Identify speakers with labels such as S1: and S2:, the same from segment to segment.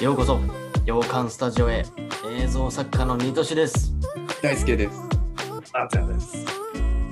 S1: ようこそ洋館スタジオへ映像作家のニトシです
S2: 大輔です。
S3: あーちゃんです。
S1: は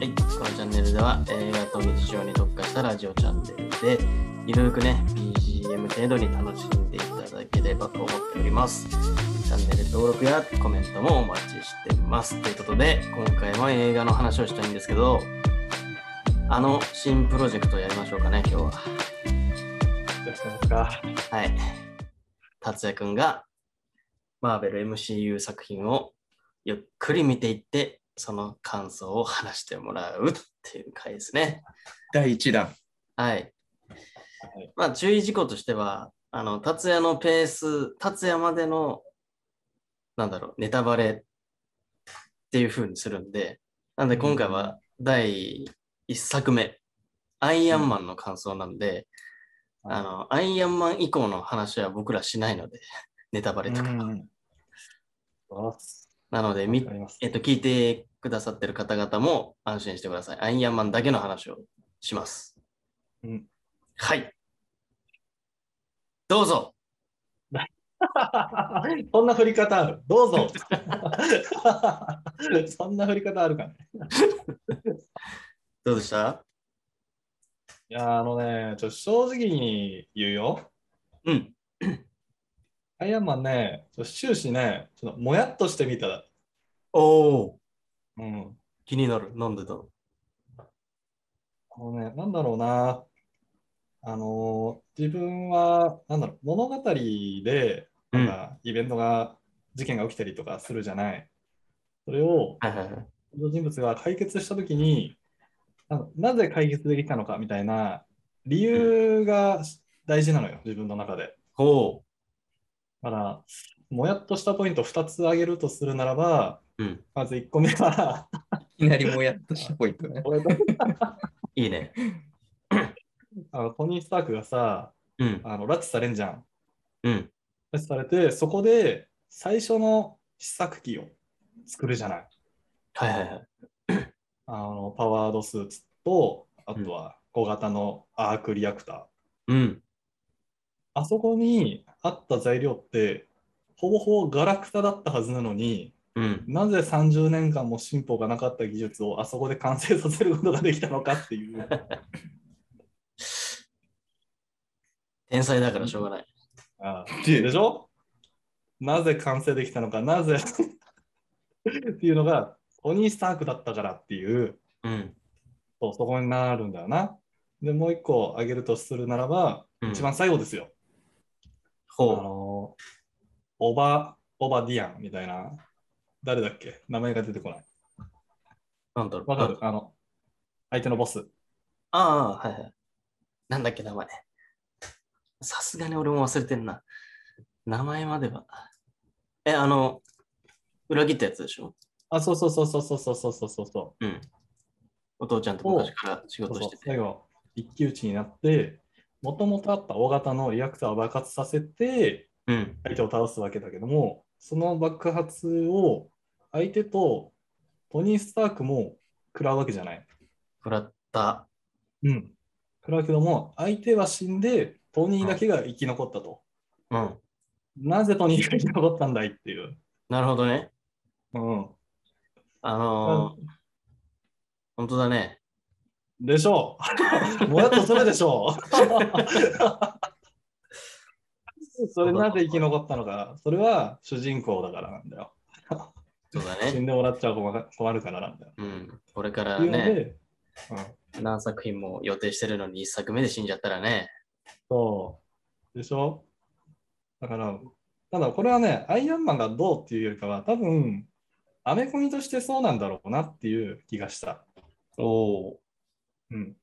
S1: い、このチャンネルでは映画と日常に特化したラジオチャンネルで、ゆるーくね、BGM 程度に楽しんでいただければと思っております。チャンネル登録やコメントもお待ちしてます。ということで、今回も映画の話をしたいんですけど、あの新プロジェクトやりましょうかね、今日は。
S3: よろしくお願いしますか。
S1: はい。達也くんがマーベル MCU 作品をゆっくり見ていって、その感想を話してもらうっていう回ですね。
S2: 第一弾。
S1: はい。まあ、注意事項としては、あの、達也のペース、達也までの、なんだろう、ネタバレっていう風にするんで、なんで今回は第1作目、アイアンマンの感想なんで、
S3: うん
S1: あの、アイアンマン以降の話は僕らしないので、ネタバレとか。
S2: ん。
S3: わか
S1: なので、み
S3: ります。
S1: えっと、聞いてくださってる方々も安心してください。アイアンマンだけの話をします。
S3: うん
S1: はい。どうぞ。
S3: そんな振り方ある。どう ぞ。そんな振り方あるかね。
S1: どうでした
S3: いや、あのね、ちょっと正直に言うよ。
S1: うん。
S3: アイアンマンね、ちょっと終始ね、ちょっともやっとしてみた。
S1: おお。
S3: うん。
S1: 気になる。なんでだろ
S3: このね、なんだろうな。あのー、自分は、なんだろう、物語で、
S1: う。
S3: なん
S1: は
S3: か、イベントが、事件が起きたりとかするじゃない。それを、
S1: いはいはい。
S3: 登場人物が解決したときにあのなぜ解決できたのかみたいな理由が大事なのよ、自分の中で。
S1: ほ
S3: だから、もやっとしたポイント2つ挙げるとするならば、
S1: う。うん。
S3: まず1個目 は、
S2: いきなりもやっとしたポイン トね。
S1: いいね。
S3: あのトニー・スタークがさ、
S1: うん。
S3: あの拉致されんじゃん。
S1: うん。
S3: 拉致されて、そこで最初の試作機を作るじゃない。
S1: はいはいはい。
S3: あのパワードスーツと、あとは小型のアークリアクター。
S1: うん。
S3: あそこにあった材料って、ほぼほぼガラクタだったはずなのに、
S1: うん。
S3: なぜ30年間も進歩がなかった技術をあそこで完成させることができたのかっていう。
S1: 天才だからしょうがない。
S3: ああでしょなぜ完成できたのか、なぜっていうのが、トニー・スタークだったからっていう、
S1: うん。
S3: そうそこになるんだよな。で、もう一個挙げるとするならば、
S1: うん
S3: 一番最後ですよ。あ
S1: ほ
S3: の、オバ、オバディアンみたいな、誰だっけ名前が出てこない。
S1: う。なんだろう。
S3: わかるあの、相手のボス。
S1: ああ、はいはい。なんだっけ、名前。さすがに俺も忘れてんな。名前までは。え、あの、裏切ったやつでしょ
S3: あ、そうそうそうそうそうそうそうそうそうそ
S1: うん。お父ちゃんと昔から仕
S3: う
S1: 事して
S3: 最
S1: て。
S3: 後、一騎打ちになって、もともとあった大型のリアクターを爆発させて、
S1: うん。
S3: 相手を倒すわけだけども、その爆発を相手とトニー・スタークも食らうわけじゃない。
S1: 食らった。
S3: うん。食らうけども、相手は死んで、トニーだけが生き残ったと。
S1: うん。
S3: なぜトニーが生き残ったんだいっていう。
S1: なるほどね。
S3: うん。
S1: あのー、本当だね。
S3: でしょ う。もやっとするでしょう。それなぜ生き残ったのか、それは主人公だからなんだよ。
S1: そうだ
S3: 死
S1: ね。
S3: んでもらっちゃ困る困るからなんだよ。
S1: うん。これから
S3: っていうの
S1: ね、
S3: で、うん、
S1: 何作品も予定してるのに1作目で死んじゃったらね。
S3: そう。でしょだから、ただこれはね、アイアンマンがどうっていうよりかは、多分、アメコミとしてそうなんだろうなっていう気がした。
S1: おお。
S3: うん。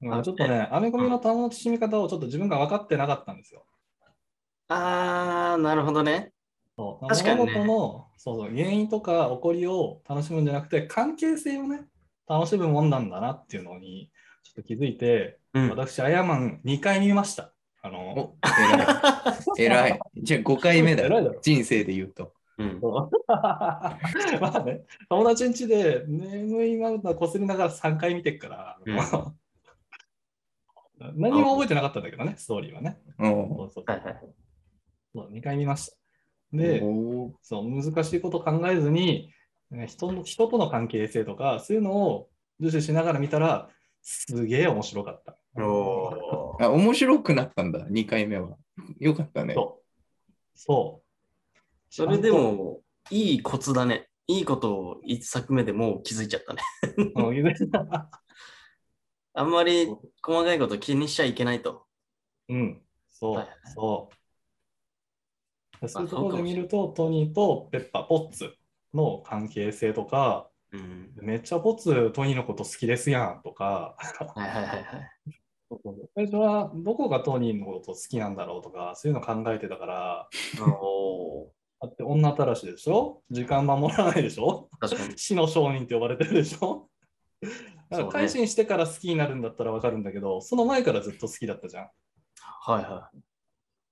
S3: ま
S1: あ
S3: あ、ちょっとね、アメコミの楽しみ方をちょっと自分が分かってなかったんですよ。
S1: あー、なるほどね。
S3: そう
S1: 確かにね
S3: 物事のそうそう原因とか起こりを楽しむんじゃなくて関係性をね楽しむもんなんだなっていうのにちょっと気づいて、
S1: うん。
S3: 私アイアンマン2回見ましたあの
S2: お、偉い。偉い。じゃあ5回目だ
S3: 偉いだろ。
S2: 人生で言うと。
S1: うん。
S3: そう まあね友達ん家で眠いままこすりながら3回見てっから、
S1: うん
S3: 何も覚えてなかったんだけどね、ストーリーはね。
S2: うん。
S3: そうそう
S1: はいはい。
S3: そう2回見ました。で、
S2: おー
S3: そう難しいこと考えずにね人の、人との関係性とか、そういうのを重視しながら見たら、すげえ面白かった。
S1: おー
S2: あ、面白くなったんだ、2回目は。よかったね。
S3: そう。そう。
S1: それでも、いいコツだね。いいことを1作目でもう気づいちゃったね。
S3: ちゃんと、
S1: あんまり細かいこと気にしちゃいけないと。
S3: うん、そう、
S1: はいはい
S3: そう。そういうとこ
S1: そう
S3: ろ
S1: か
S3: で
S1: もしれ
S3: 見ると、トニーとペッパー、ポッツの関係性とか、
S1: うん。
S3: めっちゃポッツ、トニーのこと好きですやんとか、
S1: はいはいはいはい。
S3: 最初はどこがトニーのこと好きなんだろうとか、そういうの考えてたから、
S1: おー
S3: だって女たらしでしょ時間守らないでしょ
S1: 確かに。
S3: 死の商人って呼ばれてるでしょだから改心してから好きになるんだったらわかるんだけど、その前からずっと好きだったじゃん。
S1: はいは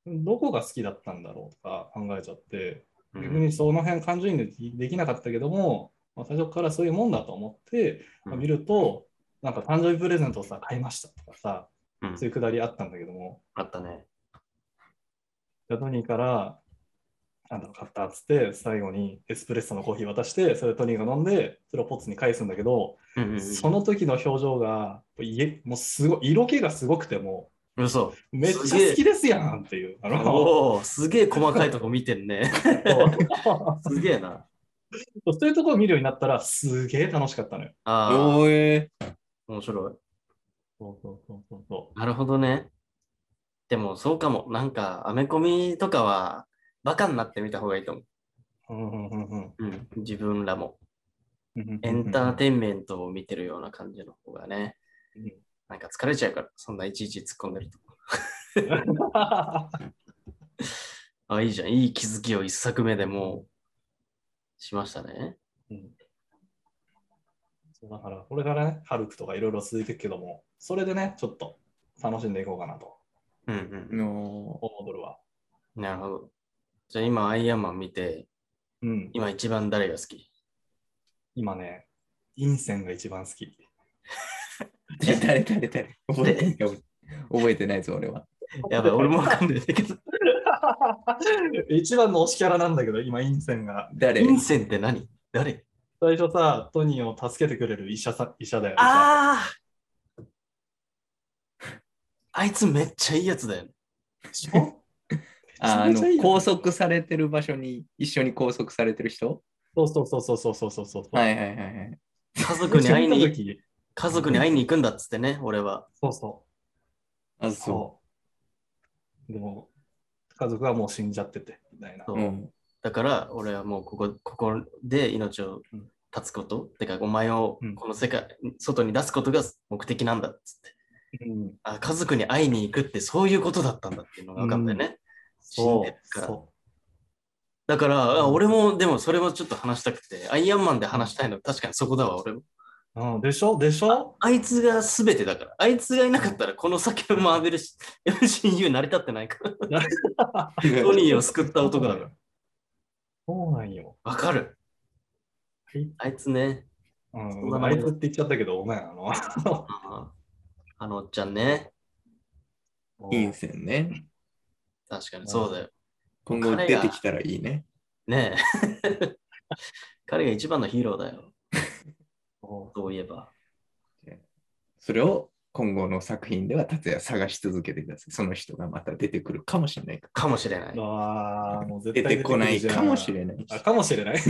S3: どこが好きだったんだろうとか考えちゃって、
S1: い。
S3: 逆にその辺感情移入できできなかったけども、まあ、最初からそういうもんだと思って、まあ
S1: うん
S3: 見ると、なんか誕生日プレゼントをさ、買いましたとかさ、
S1: うん
S3: そういうくだりあったんだけども、
S1: あったね。
S3: ジャトニーから、あんたの買ったっつって、最後にエスプレッソのコーヒー渡して、それをトニーが飲んで、それをポッツに返すんだけど、
S1: うんうん
S3: その時の表情が、いえもうすごい、色気がすごくても
S1: うん。嘘。
S3: う、めっちゃ
S1: すげえ
S3: 好きですやんっていう。あの
S1: おお、すげえ細かいとこ見てん ね。すげえな。
S3: そうそういうところを見るようになったら、すげえ楽しかったのよ。
S1: ああ、
S2: おーえ
S1: 面白い。
S3: そうそうそうそうそ
S1: なるほどね。でもそうかも。なんか、アメコミとかは、バカになってみた方がいいと思
S3: う。うんうんうんうん
S1: う。うん、自分らも。
S3: うんうん
S1: エンターテインメントを見てるような感じの方がね。
S3: うん
S1: なんか疲れちゃうから、そんないちいち突っ込んでると。あ、いいじゃん。いい気づきを一作目でもう、しましたね。
S3: うんそうだから、これからね、ハルクとかいろいろ続いていくけども、それでね、ちょっと楽しんでいこうかなと
S1: うん
S2: ーお
S3: 思うとるわ。
S1: うん。なるほど。じゃあ今、アイアンマン見て、
S3: うん、
S1: 今一番誰が好き
S3: 今ね、陰線が一番好き。
S2: ーえ誰誰誰覚えてないよ覚えてないぞ、俺は。
S1: やばい、俺もわかんないんだけ ど。
S3: 一番の推しキャラなんだけど、今、陰線が。
S2: 誰
S1: インセンって何誰
S3: 最初さ、トニーを助けてくれる医者さ医者だよ。
S1: あああいつめっちゃいいやつだよね。
S3: 医者
S2: ああ
S3: めちゃめちゃいい
S2: の、
S3: よ
S2: 拘束されてる場所に、一緒に拘束されてる人
S3: そうそうそうそうそうそうそうそう。
S2: はいはいはいはい。
S1: 家
S3: 家
S1: 族に 会いに、
S3: に。
S1: 家族に会いに行くんだっつってね、俺は。
S3: そうそう。
S2: あ、そ。
S3: そう。でも、家族はもう死んじゃってて、みたいな。
S1: そうう
S2: うん。
S1: だから、俺はもうここ、ここで命を絶つこと、てか、お前を
S3: うん
S1: この世界、外に出すことが目的なんだっつって。
S3: うん、
S1: あ、家族に会いに行くってそういうことだったんだっていうのが分かったよね。
S3: そ
S1: 死んで
S3: う
S1: るから
S3: そ
S1: だから、あ俺も、でもそれもちょっと話したくて、アイアンマンで話したいの、確かにそこだわ、俺も。
S3: う、うん。でしょでしょ
S1: あいつが全てだから。あいつがいなかったら、この先のマーベル MCU 成り立ってないから。トニーを救った男だから。
S3: そうなんよ。
S1: わかる。あいつね、
S3: う
S1: うだ
S3: ん、
S1: な
S3: あいつって言っちゃったけど、ごめん。あの、
S1: ああのおっちゃんね、
S2: いいんすよね。
S1: 確かにそうだよ。
S2: 今後出てきたらいいね。
S1: ねえ。 彼が一番のヒーローだよ、
S3: そ。。
S1: そういえば。
S2: それを今後の作品では達也探し続けてください。その人がまた出てくるかもしれないから。
S1: かもしれないう
S3: ああ、もう絶
S2: 出
S3: 対
S2: てこないかもし
S3: ない。
S2: れないし
S3: あ。かもしれない。イ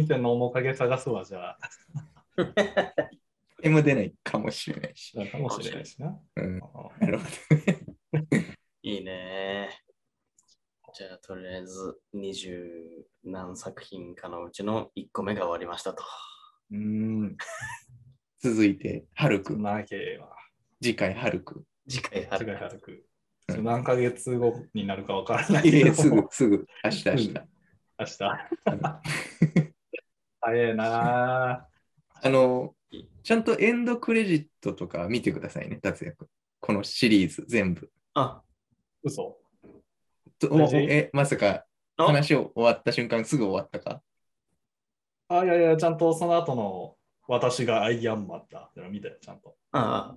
S3: ンセンの面影探すわ、じゃあ。
S2: でも出ないかもしれないし。
S3: かもしれないしな。
S2: うん。
S3: う
S2: なるほどね。
S1: いいね。じゃあ、とりあえず、二十何作品かのうちの1個目が終わりましたと。
S3: ん。
S2: 続いて、ハルク。
S3: マゲーは。
S2: 次回、ハル ク。
S1: 次回あ
S3: 違
S1: る
S3: い
S1: か
S3: 歩く。何ヶ月後になるかわからない
S2: い
S3: け
S2: え
S3: ど。
S2: すぐ、すぐ、明日、明日。
S3: うん明日。早えな
S2: あの、ちゃんとエンドクレジットとか見てくださいね、達也君。このシリーズ全部。
S1: あ、
S3: 嘘。
S2: と
S3: マジ
S2: え、まさか
S1: あ
S2: 話を終わった瞬間すぐ終わったか
S3: あ、いやいや、ちゃんとその後の私がアイアンマンだっての見て、ちゃんと。
S1: ああ、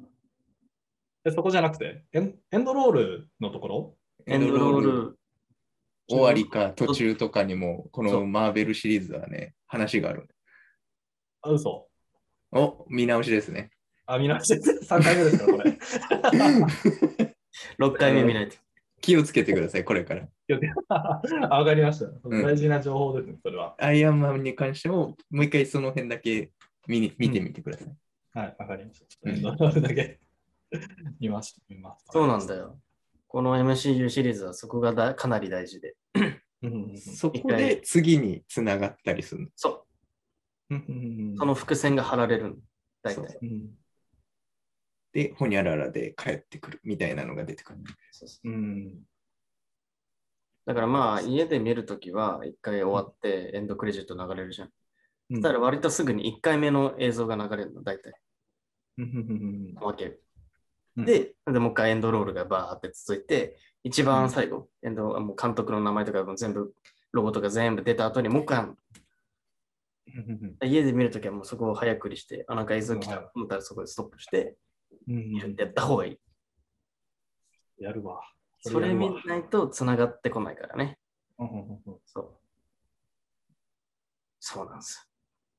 S3: えそこじゃなくてエン、エンドロールのところ
S1: エンドロール、
S2: 終わりか途中とかにも、このマーベルシリーズはね、話がある。
S3: あ、嘘。
S2: お、見直しですね。
S3: あ、見直して、3回目 ですから、こ れ。
S1: 6回目見ないと。
S2: 気をつけてください、これから。
S3: あわかりました。
S2: ん
S3: 大事な情報ですね、それは。
S2: アイアンマンに関しても、もう一回その辺だけ見に見てみてください。
S3: はい、わかりました。
S2: うん
S3: エンドロールだけ見ました。見ます
S1: そうなんだ。よ。この MCU シリーズはそこがだかなり大事で。
S3: うんうんうん
S2: そこで次につながったりするの。
S1: そ
S3: うんうんうん
S1: う、その伏線が張られるの。大体。
S2: そう
S3: うん
S2: で、ほにゃららで帰ってくるみたいなのが出てくる。
S1: そうそう
S3: うん
S1: だからまあ、家で見るときは、一回終わってエンドクレジット流れるじゃん。
S3: う
S1: そ
S3: ん
S1: したら割とすぐに1回目の映像が流れるの、大体。
S3: うんうんうん
S1: 分ける。
S3: うん
S1: で、でもう一回エンドロールがバーって続いて、一番最後、エンドもう監督の名前とかも全部、ロゴとか全部出た後にもう一回あんの
S3: うん
S1: 家で見るときはもうそこを早繰りして、あ、なんか映像来た
S3: はい
S1: と思ったらそこでストップして、
S3: うん
S1: やった方がいい。
S3: やるわ。
S1: それ
S3: やる
S1: 見
S3: わ
S1: ないと繋がってこないからね。
S3: うんうんうんうんわ
S1: そう。そうなんです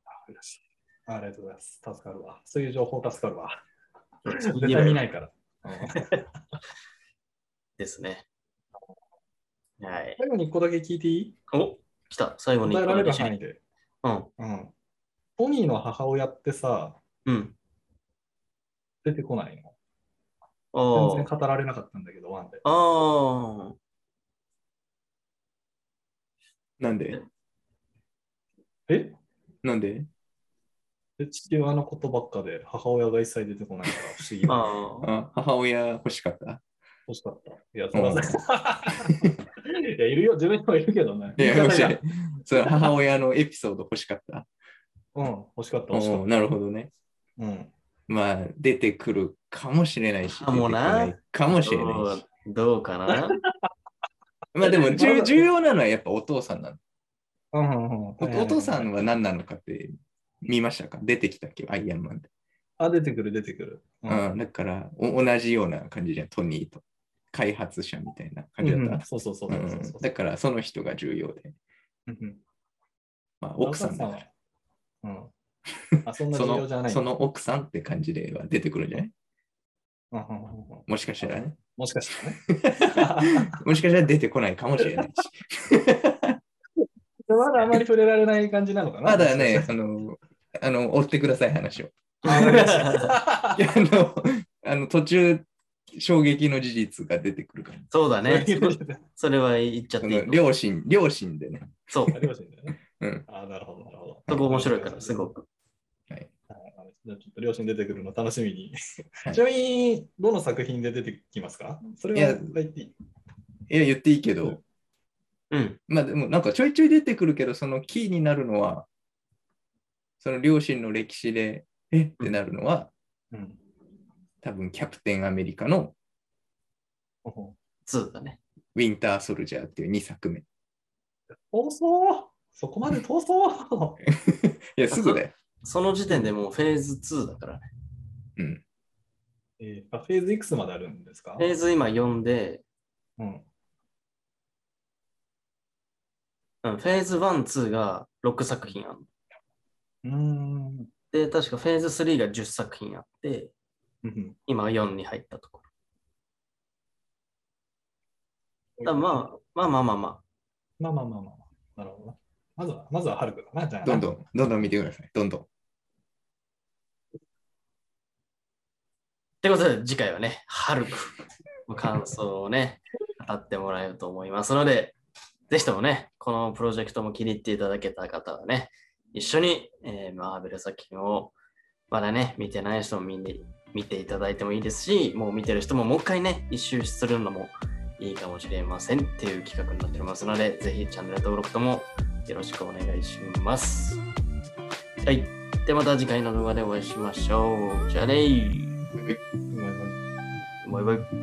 S3: かりましたありがとうございます。助かるわ。そういう情報助かるわ。
S1: よ。
S3: 絶対見ないから。
S1: ですね。はい。
S3: 最後に1個だけ聞いていい
S1: お来た。最後に
S3: 答えられる範
S1: う
S3: 囲で。
S1: ん。
S3: うん。トニーの母親ってさ、
S1: うん。
S3: 出てこないの
S1: お
S3: 全
S1: ー
S3: 然語られなかったんだけど、ワンで。
S1: あー。
S2: なんで
S3: え
S2: なんで
S3: で父親のことばっかで母親が一切出てこないから不思議な。
S1: あー
S2: あ母親欲しかった
S3: 欲しかった。いや、そらそう。 いや、いるよ。自分にもいるけどね。
S2: いや、
S3: 言い
S2: 欲
S3: 方
S2: し
S3: が
S2: い。その母親のエピソード欲しかった。
S3: うん、欲しかった、
S2: お
S3: 欲しかっ
S2: ーなるほどね。
S3: た。うん。
S2: まあ、出てくるかもしれないし。
S1: かもな
S2: 出てこいかもしれ
S1: ど
S2: ないうし。
S1: どうかな
S2: まあでも、
S3: ま
S2: 重
S3: だ
S2: 重要なのはやっぱお父さんなの。
S3: うんうんうん
S2: おお父さんは何なのかって見ましたか出てきたっけアイアンマンって。
S3: あ、出てくる、出てくる。う
S2: うん、だからお、同じような感じじゃん、トニーと。開発者みたいな感じだった。
S3: そうそうそう
S2: う
S3: そ
S2: ん
S3: うそうそう。
S2: だから、その人が重要で。
S3: うんうん
S2: まあ、奥さんだから。
S3: うん。 あ、そんな
S2: そ
S3: 重要じゃ
S2: の
S3: ない。
S2: その奥さんって感じでは出てくるんじゃない
S3: うんうんうんうん
S2: もしかしたらね。
S3: もしかしたらね。
S2: もしかしたら出てこないかもしれないし。
S3: まだあまり触れられない感じなのかな。
S2: まだね、その、あの、追ってください、話を。
S3: あ。
S2: いやあの、あの途中、衝撃の事実が出てくるから。
S1: そうだ ね。
S3: あ
S1: それは言っちゃっ
S2: そ
S1: てい
S2: の
S1: い。
S2: 両親、両親でね。
S1: そう。
S3: りましたね。
S2: うん。
S3: あ、なるほど、なるほど。
S1: そこ面白いから、すごく。
S3: じゃあちょっと両親出てくるの楽しみ に
S2: は。い
S3: ちなみに、どの作品で出てきますかそれ
S2: いや
S3: は言っていい
S2: いや、言っていいけど、
S1: うん。
S2: まあでもなんかちょいちょい出てくるけど、そのキーになるのは、その両親の歴史で、えってなるのは、
S3: うん。
S2: 多分キャプテンアメリカの
S1: 2だね。
S2: ウィンターソルジャーっていう2作目。い
S3: 闘争そこまで闘争
S2: や、すぐだよ。
S1: その時点でもうフェーズ2だからね。
S2: うん。
S3: えーあフェーズいくつまであるんですか
S1: フェーズ今4で、
S3: うん。
S1: うん、フェーズ1、2が6作品ある。
S3: うーん。
S1: で、確かフェーズ3が10作品あって、
S3: うん
S1: 今4に入ったところ。だまあまあまあまあまあ。
S3: まあまあまあまあ。なるほどな。まずは、まずはハルクだな、じゃあ。
S2: どんどん、どんどん見てください。どんどん。
S1: ってことで、次回はね、春くの感想をね、 語ってもらえると思いますので、ぜひともね、このプロジェクトも気に入っていただけた方はね、一緒に、えーマーベル作品を、まだね、見てない人も見に見ていただいてもいいですし、もう見てる人ももう一回ね、一周するのもいいかもしれませんっていう企画になっておりますので、ぜひチャンネル登録ともよろしくお願いします。はい。ではまた次回の動画でお会いしましょう。じゃあねー。
S3: うん
S1: バイバイ。